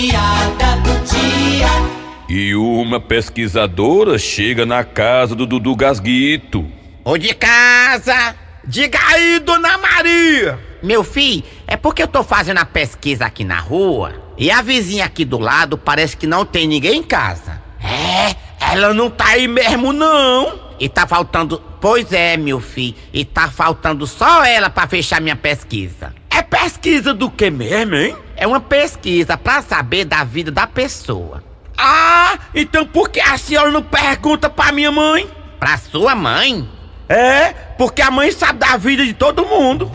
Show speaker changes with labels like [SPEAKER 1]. [SPEAKER 1] piada do dia.
[SPEAKER 2] E uma pesquisadora chega na casa do Dudu Gasguito.
[SPEAKER 3] Ô de casa!
[SPEAKER 4] Diga aí, dona Maria!
[SPEAKER 3] Meu filho, é porque eu tô fazendo a pesquisa aqui na rua e a vizinha aqui do lado parece que não tem ninguém em casa.
[SPEAKER 4] É, ela não tá aí mesmo não.
[SPEAKER 3] E tá faltando. Pois é, meu filho, e tá faltando só ela pra fechar minha pesquisa.
[SPEAKER 4] É pesquisa do que mesmo, hein?
[SPEAKER 3] É uma pesquisa pra saber da vida da pessoa.
[SPEAKER 4] Ah, então por que a senhora não pergunta pra minha mãe?
[SPEAKER 3] Pra sua mãe?
[SPEAKER 4] É, porque a mãe sabe da vida de todo mundo.